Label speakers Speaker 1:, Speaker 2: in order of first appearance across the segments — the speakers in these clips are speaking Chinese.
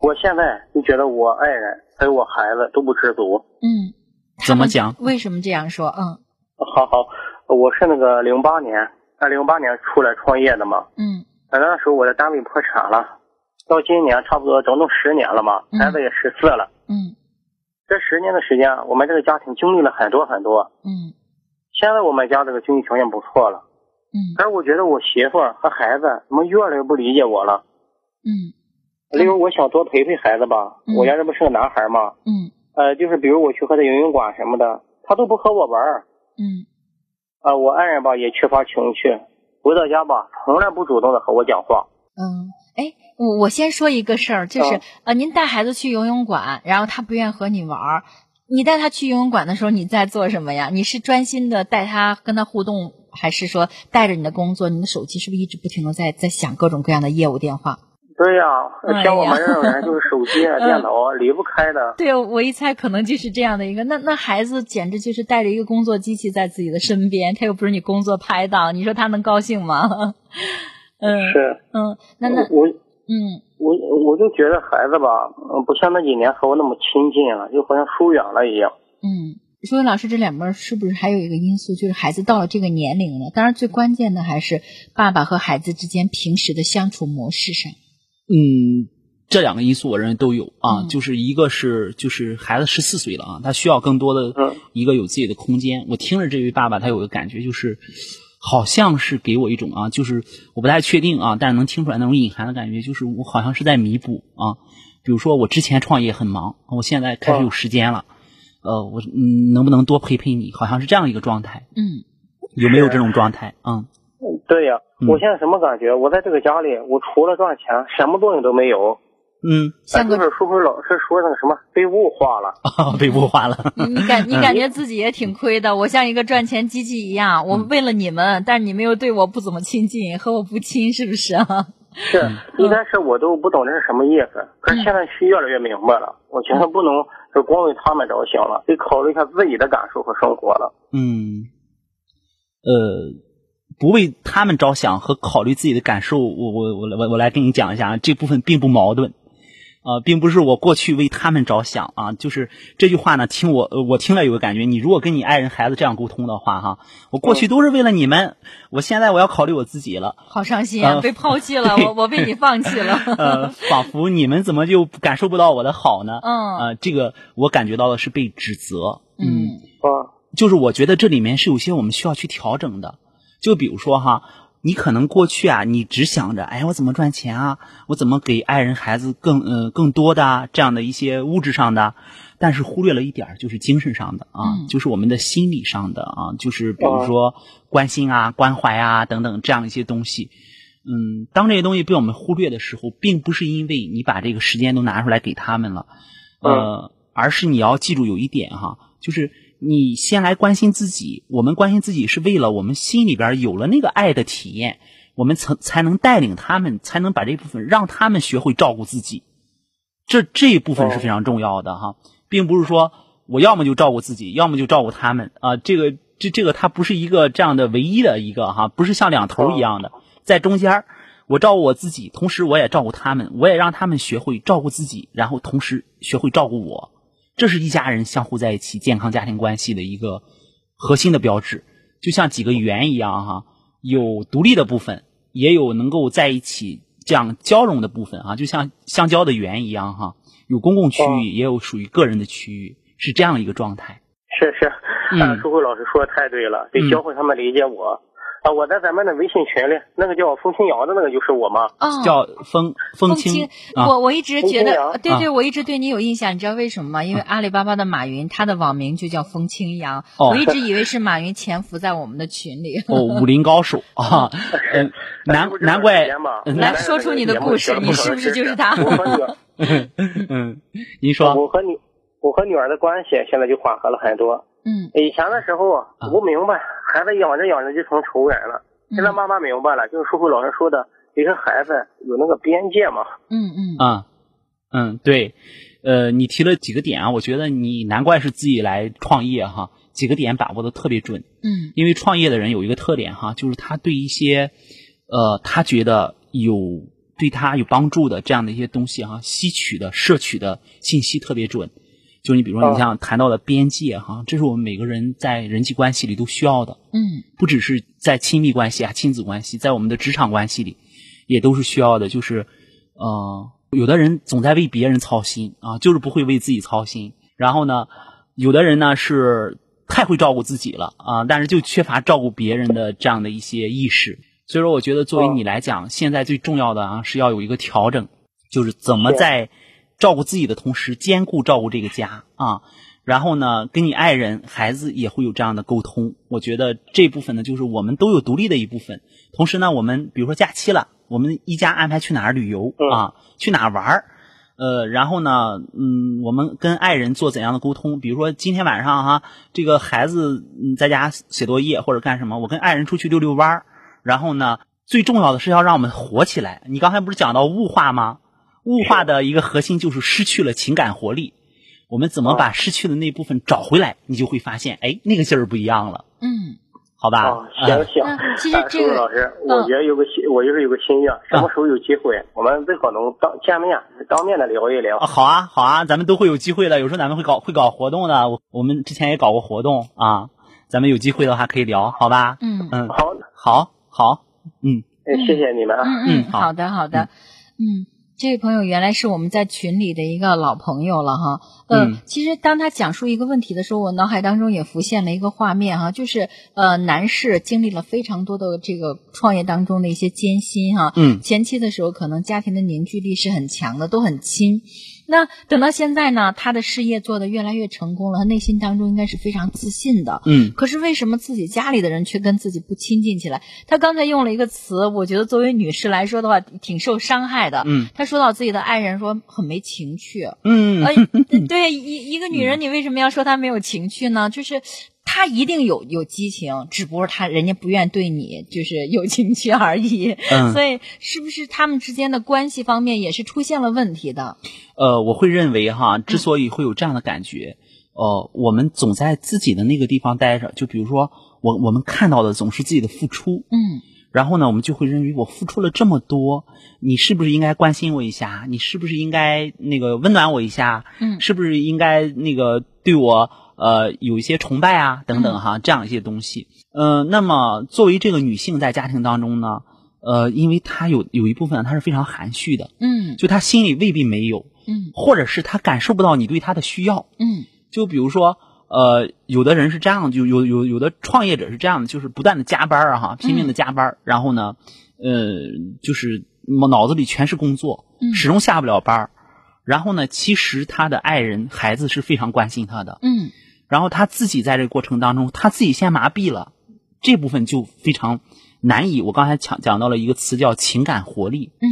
Speaker 1: 我现在就觉得我爱人还有我孩子都不知足。
Speaker 2: 嗯，
Speaker 3: 怎么讲？
Speaker 2: 为什么这样说？嗯
Speaker 1: 好好，我是那个零八年，呃，零八年出来创业的嘛，
Speaker 2: 嗯
Speaker 1: 呃那时候我的单位破产了，到今年差不多整整十年了嘛，
Speaker 2: 嗯
Speaker 1: 孩子也十四了。
Speaker 2: 嗯
Speaker 1: 这十年的时间，我们这个家庭经历了很多很多。
Speaker 2: 嗯
Speaker 1: 现在我们家这个经济条件不错了，
Speaker 2: 嗯
Speaker 1: 但是我觉得我媳妇儿和孩子怎么越来越不理解我了。
Speaker 2: 嗯
Speaker 1: 例如，我想多陪陪孩子吧，
Speaker 2: 嗯
Speaker 1: 我原来不是个男孩嘛，
Speaker 2: 嗯
Speaker 1: 呃，就是比如我去和他游泳馆什么的，他都不和我玩儿。
Speaker 2: 嗯
Speaker 1: 呃，我爱人吧也缺乏情趣，回到家吧从来不主动的和我讲话。
Speaker 2: 嗯。哎，我我先说一个事儿，就是
Speaker 1: 嗯
Speaker 2: 呃，您带孩子去游泳馆，然后他不愿和你玩儿。你带他去游泳馆的时候，你在做什么呀？你是专心的带他跟他互动，还是说带着你的工作？你的手机是不是一直不停的在在响各种各样的业务电话？
Speaker 1: 对呀、
Speaker 2: 哎呀
Speaker 1: 啊像我们这种人就是手机啊、
Speaker 2: 嗯
Speaker 1: 电脑啊离不开的。
Speaker 2: 对，我一猜可能就是这样的一个，那那孩子简直就是带着一个工作机器在自己的身边，他又不是你工作拍档，你说他能高兴吗？ 嗯
Speaker 1: 是，
Speaker 2: 嗯，那那
Speaker 1: 我
Speaker 2: 嗯
Speaker 1: 我我就觉得孩子吧，嗯不像那几年和我那么亲近了，就好像疏远了一样。
Speaker 2: 嗯，舒云老师，这两边是不是还有一个因素，就是孩子到了这个年龄了？当然，最关键的还是爸爸和孩子之间平时的相处模式上。
Speaker 3: 嗯，这两个因素我认为都有啊，
Speaker 2: 嗯
Speaker 3: 就是一个是就是孩子十四岁了啊，他需要更多的
Speaker 1: 嗯
Speaker 3: 一个有自己的空间。我听着这位爸爸，他有个感觉就是。好像是给我一种啊，就是我不太确定啊，但是能听出来那种隐含的感觉，就是我好像是在弥补啊。比如说我之前创业很忙，我现在开始有时间了，呃，我嗯能不能多陪陪你？好像是这样一个状态，
Speaker 2: 嗯
Speaker 3: 有没有这种状态？嗯
Speaker 1: 对呀、
Speaker 3: 嗯
Speaker 1: 我现在什么感觉？我在这个家里，我除了赚钱，什么作用都没有。
Speaker 3: 嗯，
Speaker 1: 呃
Speaker 2: 像个
Speaker 1: 就是叔叔老是说那个什么被物化了。
Speaker 3: 啊被物化了。
Speaker 2: 嗯你你感你感觉自己也挺亏的，我像一个赚钱机器一样，我为了你们，但你们又对我不怎么亲近，和我不亲，是不是啊？
Speaker 1: 是，一开始我都不懂这是什么意思，可是现在是越来越明白了。我觉得不能是光为他们着想了，得考虑一下自己的感受和生活了。
Speaker 3: 嗯，呃，不为他们着想和考虑自己的感受，我我我来我我来跟你讲一下啊，这部分并不矛盾。啊、并不是我过去为他们着想啊，就是这句话呢，听我呃我听了有个感觉，你如果跟你爱人、孩子这样沟通的话，哈，我过去都是为了你们，我现在我要考虑我自己了，
Speaker 2: 好伤心啊！
Speaker 3: 啊
Speaker 2: 被抛弃了，
Speaker 3: 对
Speaker 2: 我我被你放弃 了。
Speaker 3: 呃，仿佛你们怎么就感受不到我的好呢？
Speaker 2: 嗯
Speaker 3: 啊、这个我感觉到的是被指责，嗯
Speaker 2: 嗯
Speaker 1: 啊，
Speaker 3: 就是我觉得这里面是有些我们需要去调整的。就比如说哈，你可能过去啊，你只想着，哎，我怎么赚钱啊，我怎么给爱人、孩子更呃更多的啊这样的一些物质上的，啊但是忽略了一点儿就是精神上的啊，
Speaker 2: 嗯
Speaker 3: 就是我们的心理上的啊，就是比如说关心啊、关怀啊等等这样一些东西。嗯，当这些东西被我们忽略的时候，并不是因为你把这个时间都拿出来给他们了，呃，而是你要记住有一点哈，就是你先来关心自己。我们关心自己是为了我们心里边有了那个爱的体验，我们才才能带领他们，才能把这部分让他们学会照顾自己。这这一部分是非常重要的哈，并不是说我要么就照顾自己，要么就照顾他们啊、这个这这个它不是一个这样的唯一的一个哈，不是像两头一样的，在中间儿我照顾我自己，同时我也照顾他们，我也让他们学会照顾自己，然后同时学会照顾我，这是一家人相互在一起健康家庭关系的一个核心的标志，就像几个圆一样哈，有独立的部分，也有能够在一起这样交融的部分啊，就像橡胶的圆一样哈，有公共区
Speaker 1: 哦
Speaker 3: 域，也有属于个人的区域，是这样一个状态。
Speaker 1: 是是，啊，
Speaker 2: 哦
Speaker 3: 嗯
Speaker 1: 舒慧老师说的太对了，
Speaker 3: 嗯
Speaker 1: 得教会他们理解我。啊，我在咱们的微信群里，那个叫风清瑶的那个就是我嘛。
Speaker 2: 哦，
Speaker 3: 叫风风
Speaker 2: 凤
Speaker 3: 清
Speaker 2: 清，
Speaker 3: 啊
Speaker 2: 我我一直觉
Speaker 1: 凤清
Speaker 2: 得，
Speaker 1: 扬
Speaker 2: 对对，
Speaker 3: 啊
Speaker 2: 我一直对你有印象，你知道为什么吗？因为阿里巴巴的马云，他的网名就叫风清扬，
Speaker 3: 哦
Speaker 2: 我一直以为是马云潜伏在我们的群 里。
Speaker 3: 哦，武林高手啊，嗯，难难怪，嗯
Speaker 2: 来
Speaker 3: 难
Speaker 2: 说出你的故事你是不是就是 他
Speaker 1: 我和女儿，
Speaker 3: 嗯，您说，
Speaker 1: 我和女，我和女儿的关系现在就缓和了很多。
Speaker 2: 嗯，
Speaker 1: 以前的时候啊，我不明白，孩子养着养着就成仇人了。
Speaker 2: 嗯
Speaker 1: 现在慢慢明白了，就是舒慧老师说的，一个孩子有那个边界嘛。
Speaker 2: 嗯嗯
Speaker 3: 啊，嗯，对，呃，你提了几个点啊，我觉得你难怪是自己来创业哈，几个点把握的特别准，
Speaker 2: 嗯
Speaker 3: 因为创业的人有一个特点哈，就是他对一些，呃，他觉得有对他有帮助的这样的一些东西哈、吸取的、摄取的信息特别准。就你比如说，你像谈到的边界哈、这是我们每个人在人际关系里都需要的，
Speaker 2: 嗯
Speaker 3: 不只是在亲密关系啊、亲子关系，在我们的职场关系里也都是需要的。就是，呃，有的人总在为别人操心啊，就是不会为自己操心。然后呢，有的人呢是太会照顾自己了啊，但是就缺乏照顾别人的这样的一些意识。所以说，我觉得作为你来讲，现在最重要的啊是要有一个调整，就是怎么
Speaker 1: 对
Speaker 3: 在照顾自己的同时，兼顾照顾这个家啊。然后呢，跟你爱人、孩子也会有这样的沟通。我觉得这部分呢，就是我们都有独立的一部分。同时呢，我们比如说假期了，我们一家安排去哪儿旅游
Speaker 1: 嗯
Speaker 3: 啊，去哪儿玩儿。呃，然后呢，嗯，我们跟爱人做怎样的沟通？比如说今天晚上哈、这个孩子嗯在家写作业或者干什么，我跟爱人出去溜溜弯儿。然后呢，最重要的是要让我们活起来。你刚才不是讲到物化吗？物化的一个核心就是失去了情感活力。我们怎么把失去的那部分找回来，你就会发现，哎，那个劲儿不一样了，
Speaker 2: 嗯，
Speaker 3: 好吧？
Speaker 1: 啊，行行
Speaker 2: 那其实，
Speaker 1: 但
Speaker 2: 这
Speaker 1: 是
Speaker 2: 个嗯
Speaker 1: 老师，我觉得有个心，我就是有个心愿，什么时候有机会，我们最好能当见面，当面的聊一聊
Speaker 3: 啊，。好啊，好啊，咱们都会有机会的。有时候咱们会搞会搞活动的，我我们之前也搞过活动啊，咱们有机会的话可以聊，好吧？
Speaker 2: 嗯
Speaker 3: 嗯，
Speaker 1: 好，
Speaker 3: 好，好，
Speaker 1: 哎谢谢你们啊。
Speaker 2: 嗯嗯，
Speaker 3: 嗯好
Speaker 2: 好的好的，嗯，这位朋友原来是我们在群里的一个老朋友了哈。呃
Speaker 3: 嗯，
Speaker 2: 其实当他讲述一个问题的时候，我脑海当中也浮现了一个画面哈，就是呃，男士经历了非常多的这个创业当中的一些艰辛哈。
Speaker 3: 嗯
Speaker 2: 前期的时候，可能家庭的凝聚力是很强的，都很亲。那等到现在呢，他的事业做得越来越成功了，他内心当中应该是非常自信的。
Speaker 3: 嗯
Speaker 2: 可是为什么自己家里的人却跟自己不亲近起来？他刚才用了一个词，我觉得作为女士来说的话，挺受伤害的。
Speaker 3: 嗯
Speaker 2: 他说到自己的爱人说很没情趣，
Speaker 3: 嗯
Speaker 2: 哎，对一一个女人，你为什么要说她没有情趣呢？就是她一定有有激情，只不过她人家不愿对你就是有情趣而已。
Speaker 3: 嗯，
Speaker 2: 所以是不是他们之间的关系方面也是出现了问题的？
Speaker 3: 呃，我会认为哈，之所以会有这样的感觉，呃，我们总在自己的那个地方待着，就比如说我我们看到的总是自己的付出，
Speaker 2: 嗯
Speaker 3: 然后呢，我们就会认为我付出了这么多，你是不是应该关心我一下？你是不是应该那个温暖我一下？
Speaker 2: 嗯
Speaker 3: 是不是应该那个对我呃有一些崇拜啊等等
Speaker 2: 嗯
Speaker 3: 哈，这样一些东西。呃，那么作为这个女性在家庭当中呢，呃，因为她有有一部分她是非常含蓄的，
Speaker 2: 嗯
Speaker 3: 就她心里未必没有，
Speaker 2: 嗯
Speaker 3: 或者是她感受不到你对她的需要。
Speaker 2: 嗯
Speaker 3: 就比如说，呃，有的人是这样，就有有有的创业者是这样的，就是不断的加班啊，哈，拼命的加班，然后呢，呃，就是脑子里全是工作，
Speaker 2: 嗯
Speaker 3: 始终下不了班儿。然后呢，其实他的爱人、孩子是非常关心他的，
Speaker 2: 嗯
Speaker 3: 然后他自己在这个过程当中，他自己先麻痹了，这部分就非常难以。我刚才讲讲到了一个词叫情感活力，
Speaker 2: 嗯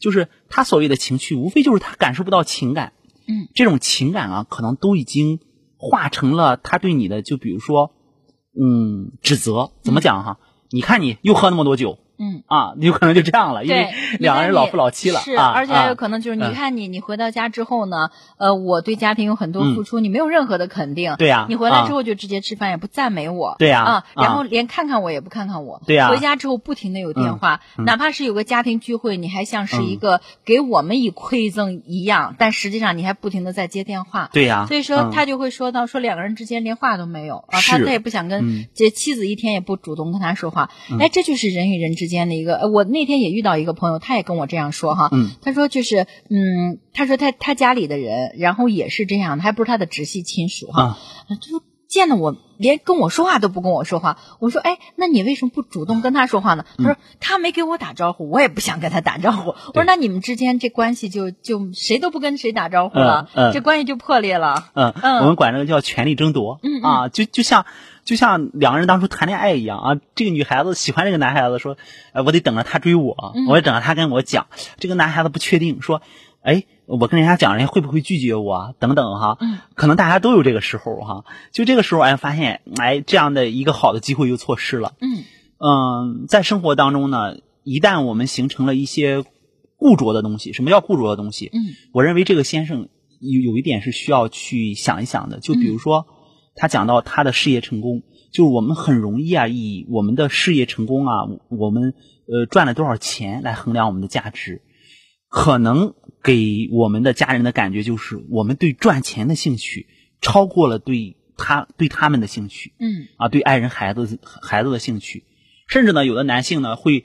Speaker 3: 就是他所谓的情绪，无非就是他感受不到情感。
Speaker 2: 嗯，
Speaker 3: 这种情感啊，可能都已经化成了他对你的，就比如说，嗯，指责。怎么讲哈？你看你又喝那么多酒
Speaker 2: 嗯。
Speaker 3: 啊，有可能就这样了，因为
Speaker 2: 对，
Speaker 3: 两个人
Speaker 2: 你看你
Speaker 3: 老夫老妻了
Speaker 2: 是，
Speaker 3: 啊，
Speaker 2: 而且还有
Speaker 3: 啊
Speaker 2: 可能就是，你
Speaker 3: 嗯
Speaker 2: 看你，你回到家之后呢，呃，我对家庭有很多
Speaker 3: 嗯
Speaker 2: 付出，你没有任何的肯定，
Speaker 3: 对呀
Speaker 2: 你回来
Speaker 3: 啊
Speaker 2: 之后就直接吃饭，也不赞美我，
Speaker 3: 对呀
Speaker 2: 啊，
Speaker 3: 啊
Speaker 2: 然后连看看我也不看看我，
Speaker 3: 对呀啊
Speaker 2: 回家之后不停的有电话，
Speaker 3: 嗯嗯嗯
Speaker 2: 哪怕是有个家庭聚会，你还像是一个给我们以馈赠一样，但实际上你还不停的在接电话，
Speaker 3: 对呀、
Speaker 2: 所以说
Speaker 3: 嗯
Speaker 2: 他就会说到说两个人之间连话都没有啊，他
Speaker 3: 是
Speaker 2: 他也不想跟
Speaker 3: 嗯
Speaker 2: 这妻子一天也不主动跟他说话，
Speaker 3: 嗯
Speaker 2: 哎，这就是人与人之间的一个。呃我那天也遇到一个朋友，他也跟我这样说哈，
Speaker 3: 嗯
Speaker 2: 他说就是嗯，他说他他家里的人，然后也是这样的，还不是他的直系亲属哈，
Speaker 3: 啊
Speaker 2: 就见到我连跟我说话都不跟我说话，我说哎，那你为什么不主动跟他说话呢？
Speaker 3: 嗯
Speaker 2: 他说他没给我打招呼，我也不想跟他打招呼。我说那你们之间这关系就就谁都不跟谁打招呼了，
Speaker 3: 嗯嗯
Speaker 2: 这关系就破裂了。
Speaker 3: 嗯，
Speaker 2: 嗯
Speaker 3: 我们管这个叫权力争夺，
Speaker 2: 嗯嗯
Speaker 3: 啊，就就像就像两个人当初谈恋爱一样啊，这个女孩子喜欢这个男孩子，说，哎，我得等着他追我，
Speaker 2: 嗯
Speaker 3: 我得等着他跟我讲。这个男孩子不确定，说，哎，我跟人家讲，人家会不会拒绝我，啊等等哈，
Speaker 2: 嗯
Speaker 3: 可能大家都有这个时候哈，就这个时候，哎，发现，哎，这样的一个好的机会又错失了。
Speaker 2: 嗯
Speaker 3: 嗯，在生活当中呢，一旦我们形成了一些固着的东西，什么叫固着的东西？
Speaker 2: 嗯
Speaker 3: 我认为这个先生有有一点是需要去想一想的，就比如说、他讲到他的事业成功，就是我们很容易啊，以我们的事业成功啊，我们呃赚了多少钱来衡量我们的价值。可能给我们的家人的感觉就是，我们对赚钱的兴趣超过了对他对他们的兴趣
Speaker 2: 嗯
Speaker 3: 啊，对爱人、孩子、孩子的兴趣，甚至呢，有的男性呢会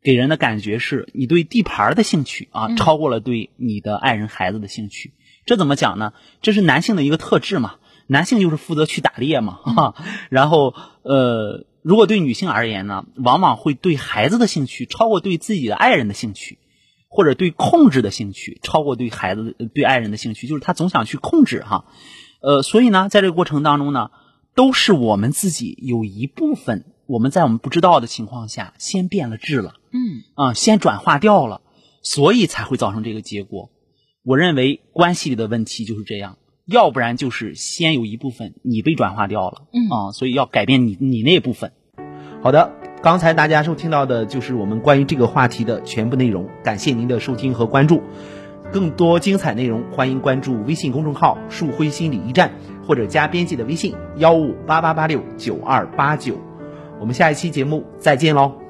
Speaker 3: 给人的感觉是你对地盘儿的兴趣啊，
Speaker 2: 嗯
Speaker 3: 超过了对你的爱人、孩子的兴趣。这怎么讲呢？这是男性的一个特质嘛，男性就是负责去打猎嘛，哈、 然后呃，如果对女性而言呢，往往会对孩子的兴趣超过对自己的爱人的兴趣。或者对控制的兴趣超过对孩子、呃对爱人的兴趣，就是他总想去控制哈、呃，所以呢，在这个过程当中呢，都是我们自己有一部分我们在我们不知道的情况下先变了质了
Speaker 2: 嗯
Speaker 3: 啊、先转化掉了，所以才会造成这个结果。我认为关系里的问题就是这样，要不然就是先有一部分你被转化掉了
Speaker 2: 嗯
Speaker 3: 啊、所以要改变你你那部分。
Speaker 4: 好的，刚才大家收听到的就是我们关于这个话题的全部内容，感谢您的收听和关注。更多精彩内容，欢迎关注微信公众号“树辉心理驿站”或者加编辑的微信幺五八八八六九二八九。我们下一期节目再见喽！